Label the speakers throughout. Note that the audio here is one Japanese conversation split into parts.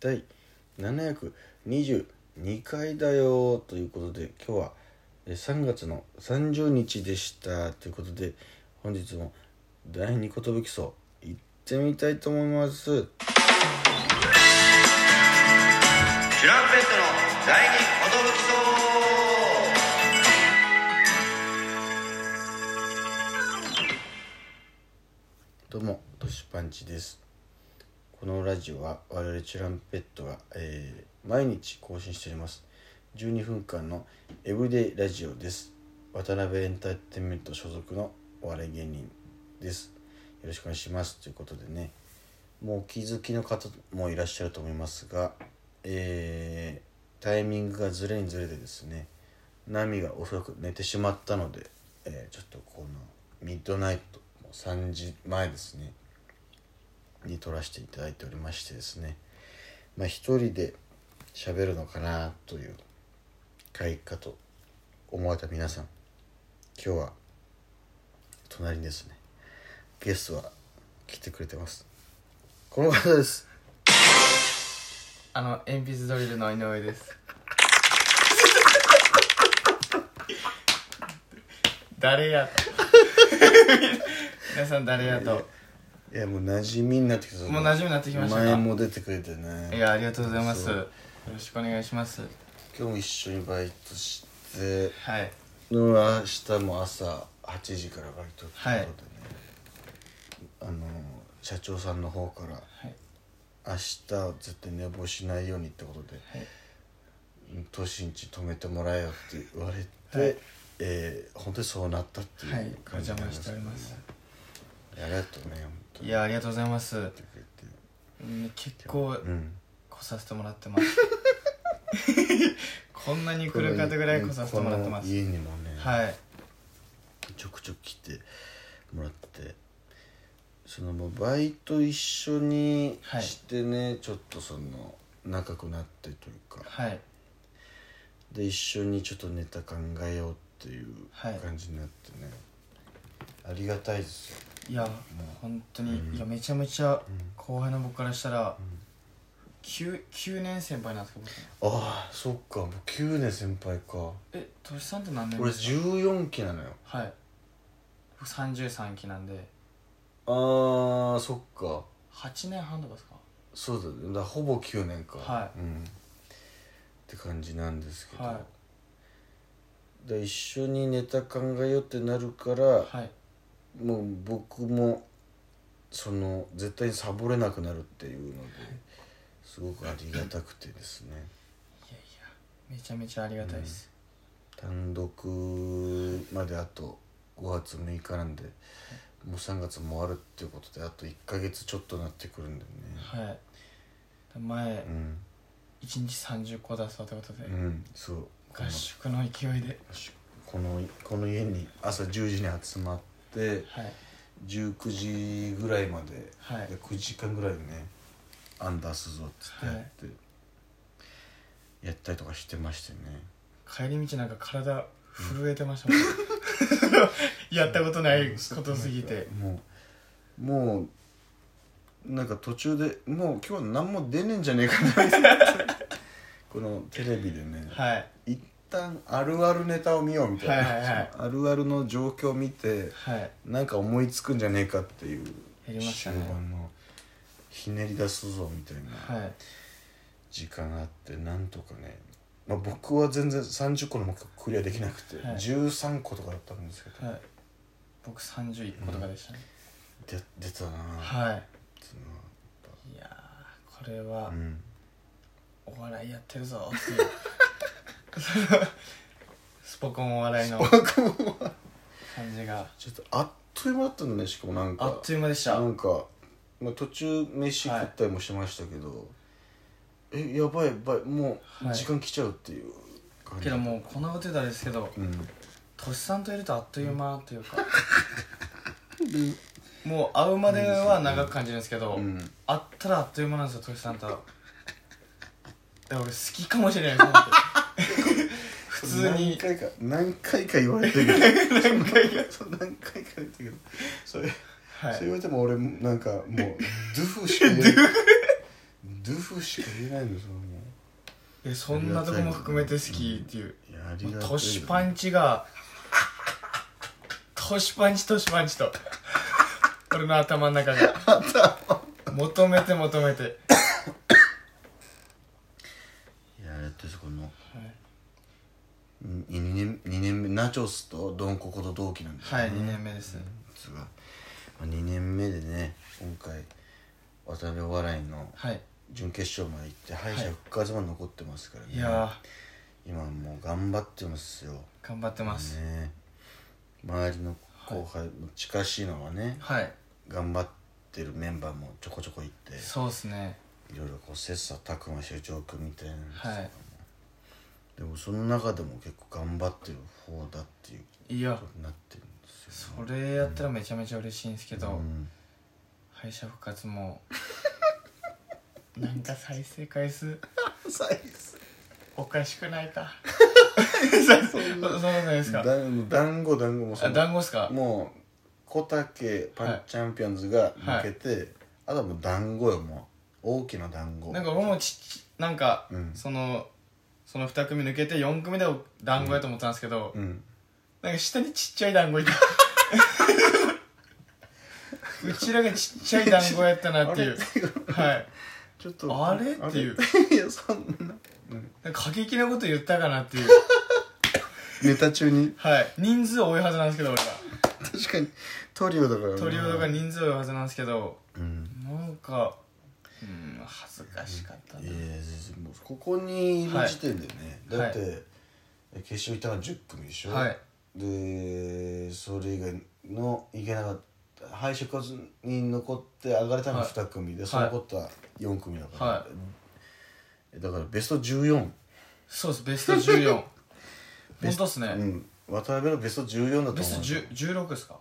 Speaker 1: 第722回だよということで今日はえー3月の30日でしたということで本日も第二寿基礎行ってみたいと思います
Speaker 2: チュランペットの第二音吹き
Speaker 1: どうもトシパンチですこのラジオは我々チュランペットが、えー毎日更新しております12分間のエブリデイラジオです渡辺エンターテインメント所属のお笑い芸人ですよろしくお願いしますということでねもうお気づきの方もいらっしゃると思いますがえータイミングがずれにずれてですね波がおそらく寝てしまったので、えーちょっとこのミッドナイトもう3時前ですねに撮らせていただいておりましてですねまあ一人で喋るのかなという回かと思われた皆さん今日は隣にですねゲストは来てくれてますこの方です
Speaker 3: あの鉛筆ドリルの井上です誰やと 皆さん誰やと
Speaker 1: いやもう馴染みになってきた
Speaker 3: もう馴染みになってきましたか
Speaker 1: 前も出てくれてね
Speaker 3: いやありがとうございます
Speaker 1: そう
Speaker 3: よろしくお願いします
Speaker 1: 今日も一緒にバイトして
Speaker 3: はい
Speaker 1: の明日も朝8時からバイトって
Speaker 3: はい
Speaker 1: ことでね、あの社長さんの方から
Speaker 3: はい
Speaker 1: 明日は絶対寝坊しないようにってことで
Speaker 3: はい
Speaker 1: 「都心地止めてもらえよ」って言われて、
Speaker 3: はい
Speaker 1: えー本当にそうなったってい
Speaker 3: は
Speaker 1: う
Speaker 3: いお
Speaker 1: 感じ
Speaker 3: 邪
Speaker 1: にな
Speaker 3: 魔
Speaker 1: りま
Speaker 3: し
Speaker 1: す
Speaker 3: ております
Speaker 1: ありがとうね本当
Speaker 3: い
Speaker 1: に
Speaker 3: やありがとうございます
Speaker 1: 来てくれて
Speaker 3: うん結構
Speaker 1: うん
Speaker 3: 来させてもらってます こんなに来る方ぐらい来させてもらってま
Speaker 1: こ
Speaker 3: す
Speaker 1: の家にもね、
Speaker 3: はい
Speaker 1: ちょくちょく来てもらっててそのもうバイト一緒に
Speaker 3: はい
Speaker 1: してね、ちょっとその仲良くなってというか
Speaker 3: はい
Speaker 1: で一緒にちょっとネタ考えようっていう
Speaker 3: はい
Speaker 1: 感じになってね、ありがたいですよ
Speaker 3: いや本当に、いやめちゃめちゃ後輩の僕からしたら、9, 9年先輩なんですけど僕
Speaker 1: ああそっかもう9年先輩か
Speaker 3: え年さんって何年
Speaker 1: 俺
Speaker 3: ですか
Speaker 1: 14期なのよ
Speaker 3: はい僕33期なんで
Speaker 1: あーそっか
Speaker 3: 8年半とかですか
Speaker 1: そうだねだからほぼ9年か、
Speaker 3: はい
Speaker 1: うん、って感じなんですけど、
Speaker 3: は
Speaker 1: だから一緒にネタ考えようってなるから、
Speaker 3: はい
Speaker 1: もう僕もその絶対にサボれなくなるっていうのですごくありがたくてですね
Speaker 3: いやいやめちゃめちゃありがたいです、
Speaker 1: 単独まであと5月6日なんでもう3月も終わるっていうことであと1ヶ月ちょっとなってくるんだよね
Speaker 3: はい前、
Speaker 1: うん
Speaker 3: 一1日30個出そうってことで、
Speaker 1: うんそうこ
Speaker 3: 合
Speaker 1: の
Speaker 3: 宿の勢いで
Speaker 1: このこの家に朝10時に集まって
Speaker 3: はい
Speaker 1: 19時ぐらいまで
Speaker 3: はい
Speaker 1: で9時間ぐらいね案出すぞっつってやって、やったりとかしてましてね
Speaker 3: 帰り道なんか体震えてましたもん やったことないことすぎて
Speaker 1: もうもうなんか途中でもう今日は何も出ねえんじゃねえかなって このテレビでね、
Speaker 3: はい
Speaker 1: 一旦あるあるネタを見ようみたいな、
Speaker 3: はいはいはい
Speaker 1: あるあるの状況を見て
Speaker 3: はい
Speaker 1: なんか思いつくんじゃねえかっていう
Speaker 3: やりましたね
Speaker 1: 盤のひねり出すぞみたいな、
Speaker 3: はい
Speaker 1: 時間あってなんとかね、まあ、僕は全然30個の目標クリアできなくて、
Speaker 3: はい
Speaker 1: 13個とかだったんですけど、
Speaker 3: はい僕31個とかでしたね、
Speaker 1: で出たなぁ
Speaker 3: は
Speaker 1: つうのはい
Speaker 3: いやーこれは
Speaker 1: うん
Speaker 3: お笑いやってるぞ っていうスポコンお笑いの感じが
Speaker 1: ちょっとあっという間だったんだねしかもなんか
Speaker 3: あっという間でした
Speaker 1: なんか、まあ、途中飯食ったりもしてましたけど、えやばいやばいも
Speaker 3: は
Speaker 1: う
Speaker 3: い
Speaker 1: 時間来ちゃうっていう感じ、
Speaker 3: けどもうこんなこと言ったらですけど
Speaker 1: うん
Speaker 3: としさんといるとあっという間 というか、もう会うまでは長く感じるんですけど、
Speaker 1: うん
Speaker 3: 会ったらあっという間なんですよとしさんとだから俺好きかもしれないです本当に普通
Speaker 1: 何
Speaker 3: に
Speaker 1: 回か何回か言われてるけど 何回かそう何回か言ったけどそれ
Speaker 3: は
Speaker 1: そう
Speaker 3: い
Speaker 1: 言 われても俺なんかもうドゥフしか言えないドドゥフしか言えないのそのも
Speaker 3: えそんなとこも含めて好きっていう
Speaker 1: ういやあり
Speaker 3: も
Speaker 1: が
Speaker 3: う
Speaker 1: たい
Speaker 3: トシパンチがトシパンチトシパンチと俺の頭の中が求めて求めて
Speaker 1: いやあれってそこの、はい、2年二年目ナチョスとドンココと同期なんです
Speaker 3: はい2年目です
Speaker 1: すが、まあ、2年目でね今回渡辺お笑いの
Speaker 3: はい
Speaker 1: 準決勝まで行って敗者復活も残ってますからね、
Speaker 3: いや
Speaker 1: 今もう頑張ってますよ
Speaker 3: ー頑張ってます
Speaker 1: ね周りの後輩も近しいのはね、
Speaker 3: はい
Speaker 1: 頑張ってるメンバーもちょこちょこ行って
Speaker 3: そうっすね
Speaker 1: いろいろこう切磋琢磨してる状況みたいなんですけども、
Speaker 3: はい
Speaker 1: でもその中でも結構頑張ってる方だっていう
Speaker 3: いや
Speaker 1: ことになってるんですよ、
Speaker 3: それやったらめちゃめちゃ嬉しいんですけど、
Speaker 1: うん
Speaker 3: 敗者復活もなんか再生回数おかしくないか そんなそうなんですか
Speaker 1: だん団子団子もそ
Speaker 3: あ
Speaker 1: の
Speaker 3: 団子っすか
Speaker 1: もう小竹パンチャンピオンズが負けて、あとはもう団子よもう大きな団子
Speaker 3: なんか俺もちちなんか、
Speaker 1: うん
Speaker 3: そのその2組抜けて4組でお団子やと思ったんですけど、
Speaker 1: うん
Speaker 3: なんか下にちっちゃい団子 いたうちらがちっちゃい団子やったなっていうはい
Speaker 1: ちょっと
Speaker 3: あれ っていう
Speaker 1: あれいやそんな
Speaker 3: なんか過激なこと言ったかなっ ていう
Speaker 1: ネタ中に
Speaker 3: はい人数多いはずなんですけど俺が
Speaker 1: 確かにトリオだからな
Speaker 3: トリオとか人数多いはずなんですけど
Speaker 1: うん
Speaker 3: なんかうん恥ずかしかった
Speaker 1: い
Speaker 3: な
Speaker 1: や全然もうここにいる時点でね、
Speaker 3: はい
Speaker 1: だって、決勝行ったのは10組でしょ、
Speaker 3: はい
Speaker 1: でそれ以外のいけなかった敗者復活に残って上がれたのが2組で、
Speaker 3: はい
Speaker 1: そのことは4組だから、
Speaker 3: は
Speaker 1: だからベスト14、
Speaker 3: そうですベスト14 本当っす
Speaker 1: う
Speaker 3: ね
Speaker 1: ん、渡辺のベスト14だと思う
Speaker 3: ベスト10 16ですか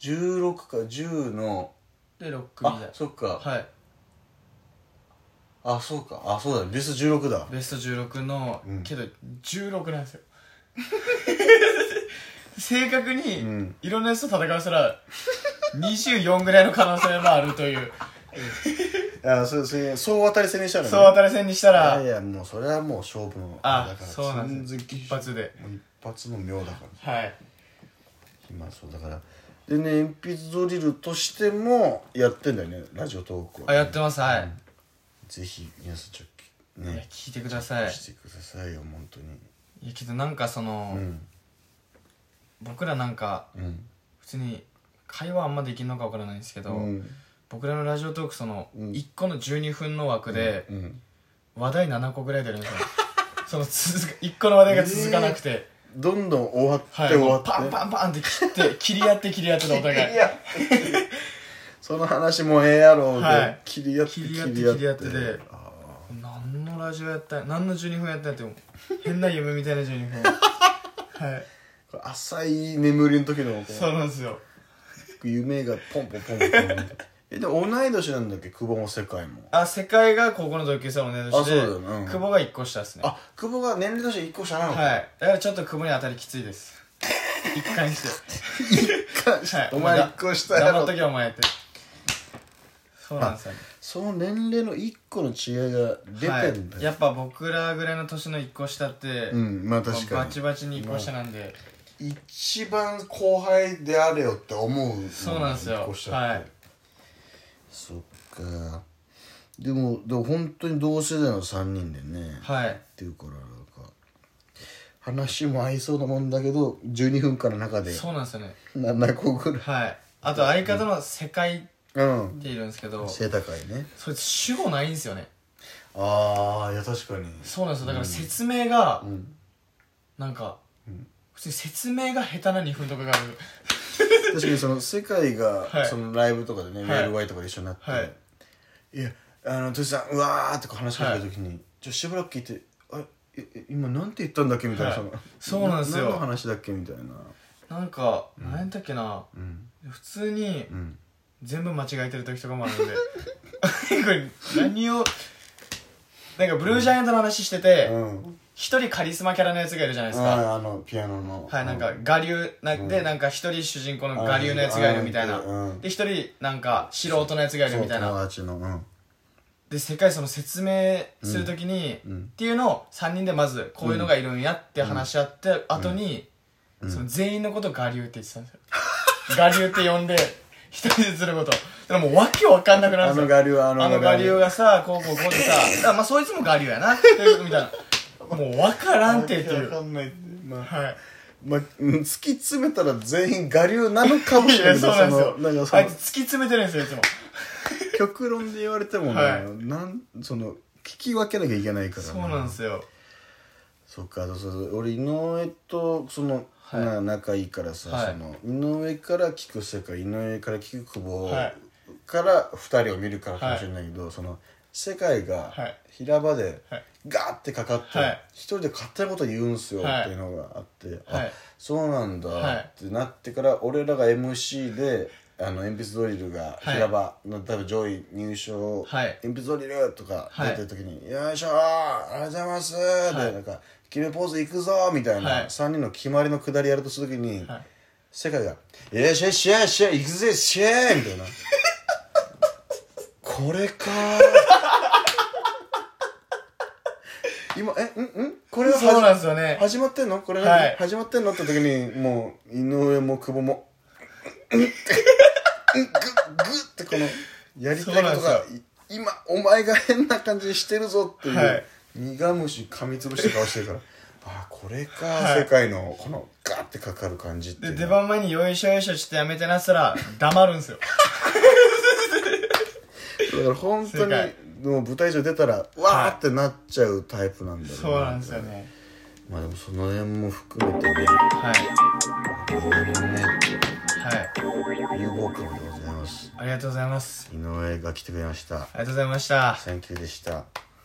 Speaker 1: 16か10の
Speaker 3: で6組
Speaker 1: あ
Speaker 3: で
Speaker 1: そっか、
Speaker 3: はい
Speaker 1: あそうかあそうだベスト16だ
Speaker 3: ベスト16の、
Speaker 1: うん
Speaker 3: けど16なんですよ 正確に、
Speaker 1: うん
Speaker 3: いろんなやつと戦わせたら24ぐらいの可能性もあるという
Speaker 1: あそうそういう総当たり戦にしたらね
Speaker 3: 総当たり戦にしたら
Speaker 1: いやいやもうそ れはもう勝負の
Speaker 3: あ
Speaker 1: れだから
Speaker 3: そうなんですよ
Speaker 1: 全然
Speaker 3: 一発で
Speaker 1: もう一発の妙だから
Speaker 3: はい
Speaker 1: 今そうだからでね鉛筆ドリルとしてもやってんだよねラジオトークは
Speaker 3: あやってますはい、
Speaker 1: ぜひ皆さんちょっと
Speaker 3: いや
Speaker 1: ね
Speaker 3: 聞いてください
Speaker 1: してくださいよ本当に
Speaker 3: いやけどなんかその、
Speaker 1: うん
Speaker 3: 僕らなんか
Speaker 1: うん
Speaker 3: 普通に会話あんまできるのかわからないんですけど、
Speaker 1: うん
Speaker 3: 僕らのラジオトークその
Speaker 1: うん
Speaker 3: 1個の12分の枠で
Speaker 1: うん
Speaker 3: 話題7個ぐらい出るんですよ その続く1個の話題が続かなくて、
Speaker 1: どんどん終わって
Speaker 3: はい、
Speaker 1: 終
Speaker 3: も
Speaker 1: わっ
Speaker 3: う
Speaker 1: て、
Speaker 3: パンパンパンって切 って切り合って切り合ってたお互い
Speaker 1: いやその話もええやろうで、
Speaker 3: はい
Speaker 1: 切り合って
Speaker 3: 切り合って切り合ってで何のラジオやったん何の12分やったんやってもう変な夢みたいな12 分はい
Speaker 1: これ浅い眠りの時のこう
Speaker 3: そうなんですよ
Speaker 1: 夢がポンポンポンポンえでも同い年なんだっけ久保も世界も
Speaker 3: あ世界が高校の同級生の年
Speaker 1: あそ
Speaker 3: 齢で
Speaker 1: うだよねうん
Speaker 3: 久保が1個下ですねは
Speaker 1: あ久保が年齢として1個下なの
Speaker 3: い だからちょっと久保に当たりきついです一貫してはい
Speaker 1: お前1個下や
Speaker 3: 黙
Speaker 1: ろ
Speaker 3: っとけお前ってそうなんですよね
Speaker 1: その年齢の1個の違いが
Speaker 3: は
Speaker 1: 出てんだ
Speaker 3: い、
Speaker 1: よ、
Speaker 3: やっぱ僕らぐらいの年の1個下って、
Speaker 1: うんまあ確かに
Speaker 3: バチバチに1個下なんで、
Speaker 1: 一番後輩であれよって思う
Speaker 3: そうなんですよ
Speaker 1: 1個下って
Speaker 3: はい
Speaker 1: そっかでもでも本当に同世代の3人でね、
Speaker 3: はい
Speaker 1: っていうからなんか話も合いそうなもんだけど12分間の中で
Speaker 3: そうなんですよね
Speaker 1: 7個ぐらい
Speaker 3: はいあと相方の世界っ
Speaker 1: うん
Speaker 3: ているんですけど
Speaker 1: 背高いね
Speaker 3: そいつ主語ないんですよね
Speaker 1: ああいや確かに
Speaker 3: そうなんですよだから説明が、
Speaker 1: ん
Speaker 3: なんか、普通に説明が下手な2分とかがある
Speaker 1: 確かにその世界が
Speaker 3: はい
Speaker 1: そのライブとかでね、
Speaker 3: い
Speaker 1: メールワイとかで一緒になって、
Speaker 3: はい、
Speaker 1: やあのトシさんうわーってこう話しかけた時に、じゃあしばらく聞いてあええ今なんて言ったんだっけみたいな、
Speaker 3: はい
Speaker 1: の
Speaker 3: そうなんですよ
Speaker 1: 何の話だっけみたいな
Speaker 3: なんか、なんやったっけな
Speaker 1: うん
Speaker 3: 普通に
Speaker 1: うん
Speaker 3: 全部間違えてる時とかもあるんで これ何をなんかブルージャイアントの話してて
Speaker 1: うん
Speaker 3: 一、人カリスマキャラのやつがいるじゃないですか、
Speaker 1: ああのピアノの
Speaker 3: はい、なんか、我流な、で、なんか一人主人公の我流のやつがいるみたいな
Speaker 1: うん。
Speaker 3: で、一人、なんか素人のやつがいるみたいな。
Speaker 1: 友達のうん
Speaker 3: で世界その説明するときに、
Speaker 1: うんうん
Speaker 3: っていうのを3人でまずこういうのがいるんやって話し合って、後に、その全員のことを我流って言ってたんですよ我流って呼んで一人ずつのことだからもうわけわかんなくなるん
Speaker 1: あ
Speaker 3: です
Speaker 1: の
Speaker 3: よ
Speaker 1: 我流はあの
Speaker 3: あの我流がさ、こうこうこうでさ、だからまあそいつも我流やな、っていうみたいな。もう分からんてっていう。
Speaker 1: わか
Speaker 3: は
Speaker 1: んないってまあ
Speaker 3: い。
Speaker 1: まあうん突き詰めたら全員我流なのかも
Speaker 3: い
Speaker 1: しれな
Speaker 3: や、
Speaker 1: い
Speaker 3: そうなんですよ。
Speaker 1: そのなんかそ
Speaker 3: あい
Speaker 1: の
Speaker 3: つ突き詰めてるんですよ、いつも。
Speaker 1: 極論で言われてもね、
Speaker 3: はい
Speaker 1: なんその聞き分けなきゃいけないから
Speaker 3: そうなんですよ。
Speaker 1: そっかそうそう俺井上とその、
Speaker 3: はい
Speaker 1: な仲いいからさ、
Speaker 3: はい
Speaker 1: その井上から聞く世界井上から聞く久保
Speaker 3: はい
Speaker 1: から2人を見るからかもしれないけど、その世界が
Speaker 3: はい
Speaker 1: 平場で
Speaker 3: はい
Speaker 1: ガーってかかって、
Speaker 3: はい
Speaker 1: 一人で勝手なこと言うんすよ
Speaker 3: はい
Speaker 1: っていうのがあって、
Speaker 3: は
Speaker 1: あ
Speaker 3: い
Speaker 1: そうなんだ
Speaker 3: は
Speaker 1: ってなってから俺らが MC であの鉛筆ドリルが
Speaker 3: はい
Speaker 1: 平場の、多分上位入賞、
Speaker 3: はい
Speaker 1: 鉛筆ドリルとか
Speaker 3: はい
Speaker 1: 出てる時に「よいしょーありがとうございます」でなんか「決めポーズいくぞ」みたい
Speaker 3: はい
Speaker 1: な、三3人の決まりのくだりやるとするときに、
Speaker 3: はい
Speaker 1: 世界が「よいしょよいしょよいしょいくぜよっしゃ」みたい な「これかー」今「えんんこれは
Speaker 3: そうなんです
Speaker 1: よ
Speaker 3: よね。
Speaker 1: 始まってんのこれ、
Speaker 3: はい
Speaker 1: 始まってんの?」って時にもう井上も久保も「うんうんってグッグッ」ってこのやりたいこと
Speaker 3: そうな
Speaker 1: が
Speaker 3: ん
Speaker 1: い今お前が変な感じしてるぞっていう、
Speaker 3: はい
Speaker 1: 苦虫噛みつぶして顔してるからあこれか、
Speaker 3: はい
Speaker 1: 世界のこのガッてかかる感じってい
Speaker 3: で、
Speaker 1: うの
Speaker 3: 出番前によいしょよいしょちょっとやめてなしたら、黙るんですよ。
Speaker 1: だから本当
Speaker 3: 正
Speaker 1: に
Speaker 3: 解
Speaker 1: もう舞台上出たらわーってなっちゃうタイプなんだろう
Speaker 3: そうなんですよね。
Speaker 1: まあでもその辺も含めてね
Speaker 3: はい。
Speaker 1: いろいろね
Speaker 3: はい。
Speaker 1: 有望感でございます
Speaker 3: ありがとうございます。
Speaker 1: 井上が来てくれました
Speaker 3: ありがとうございました。
Speaker 1: サンキューでした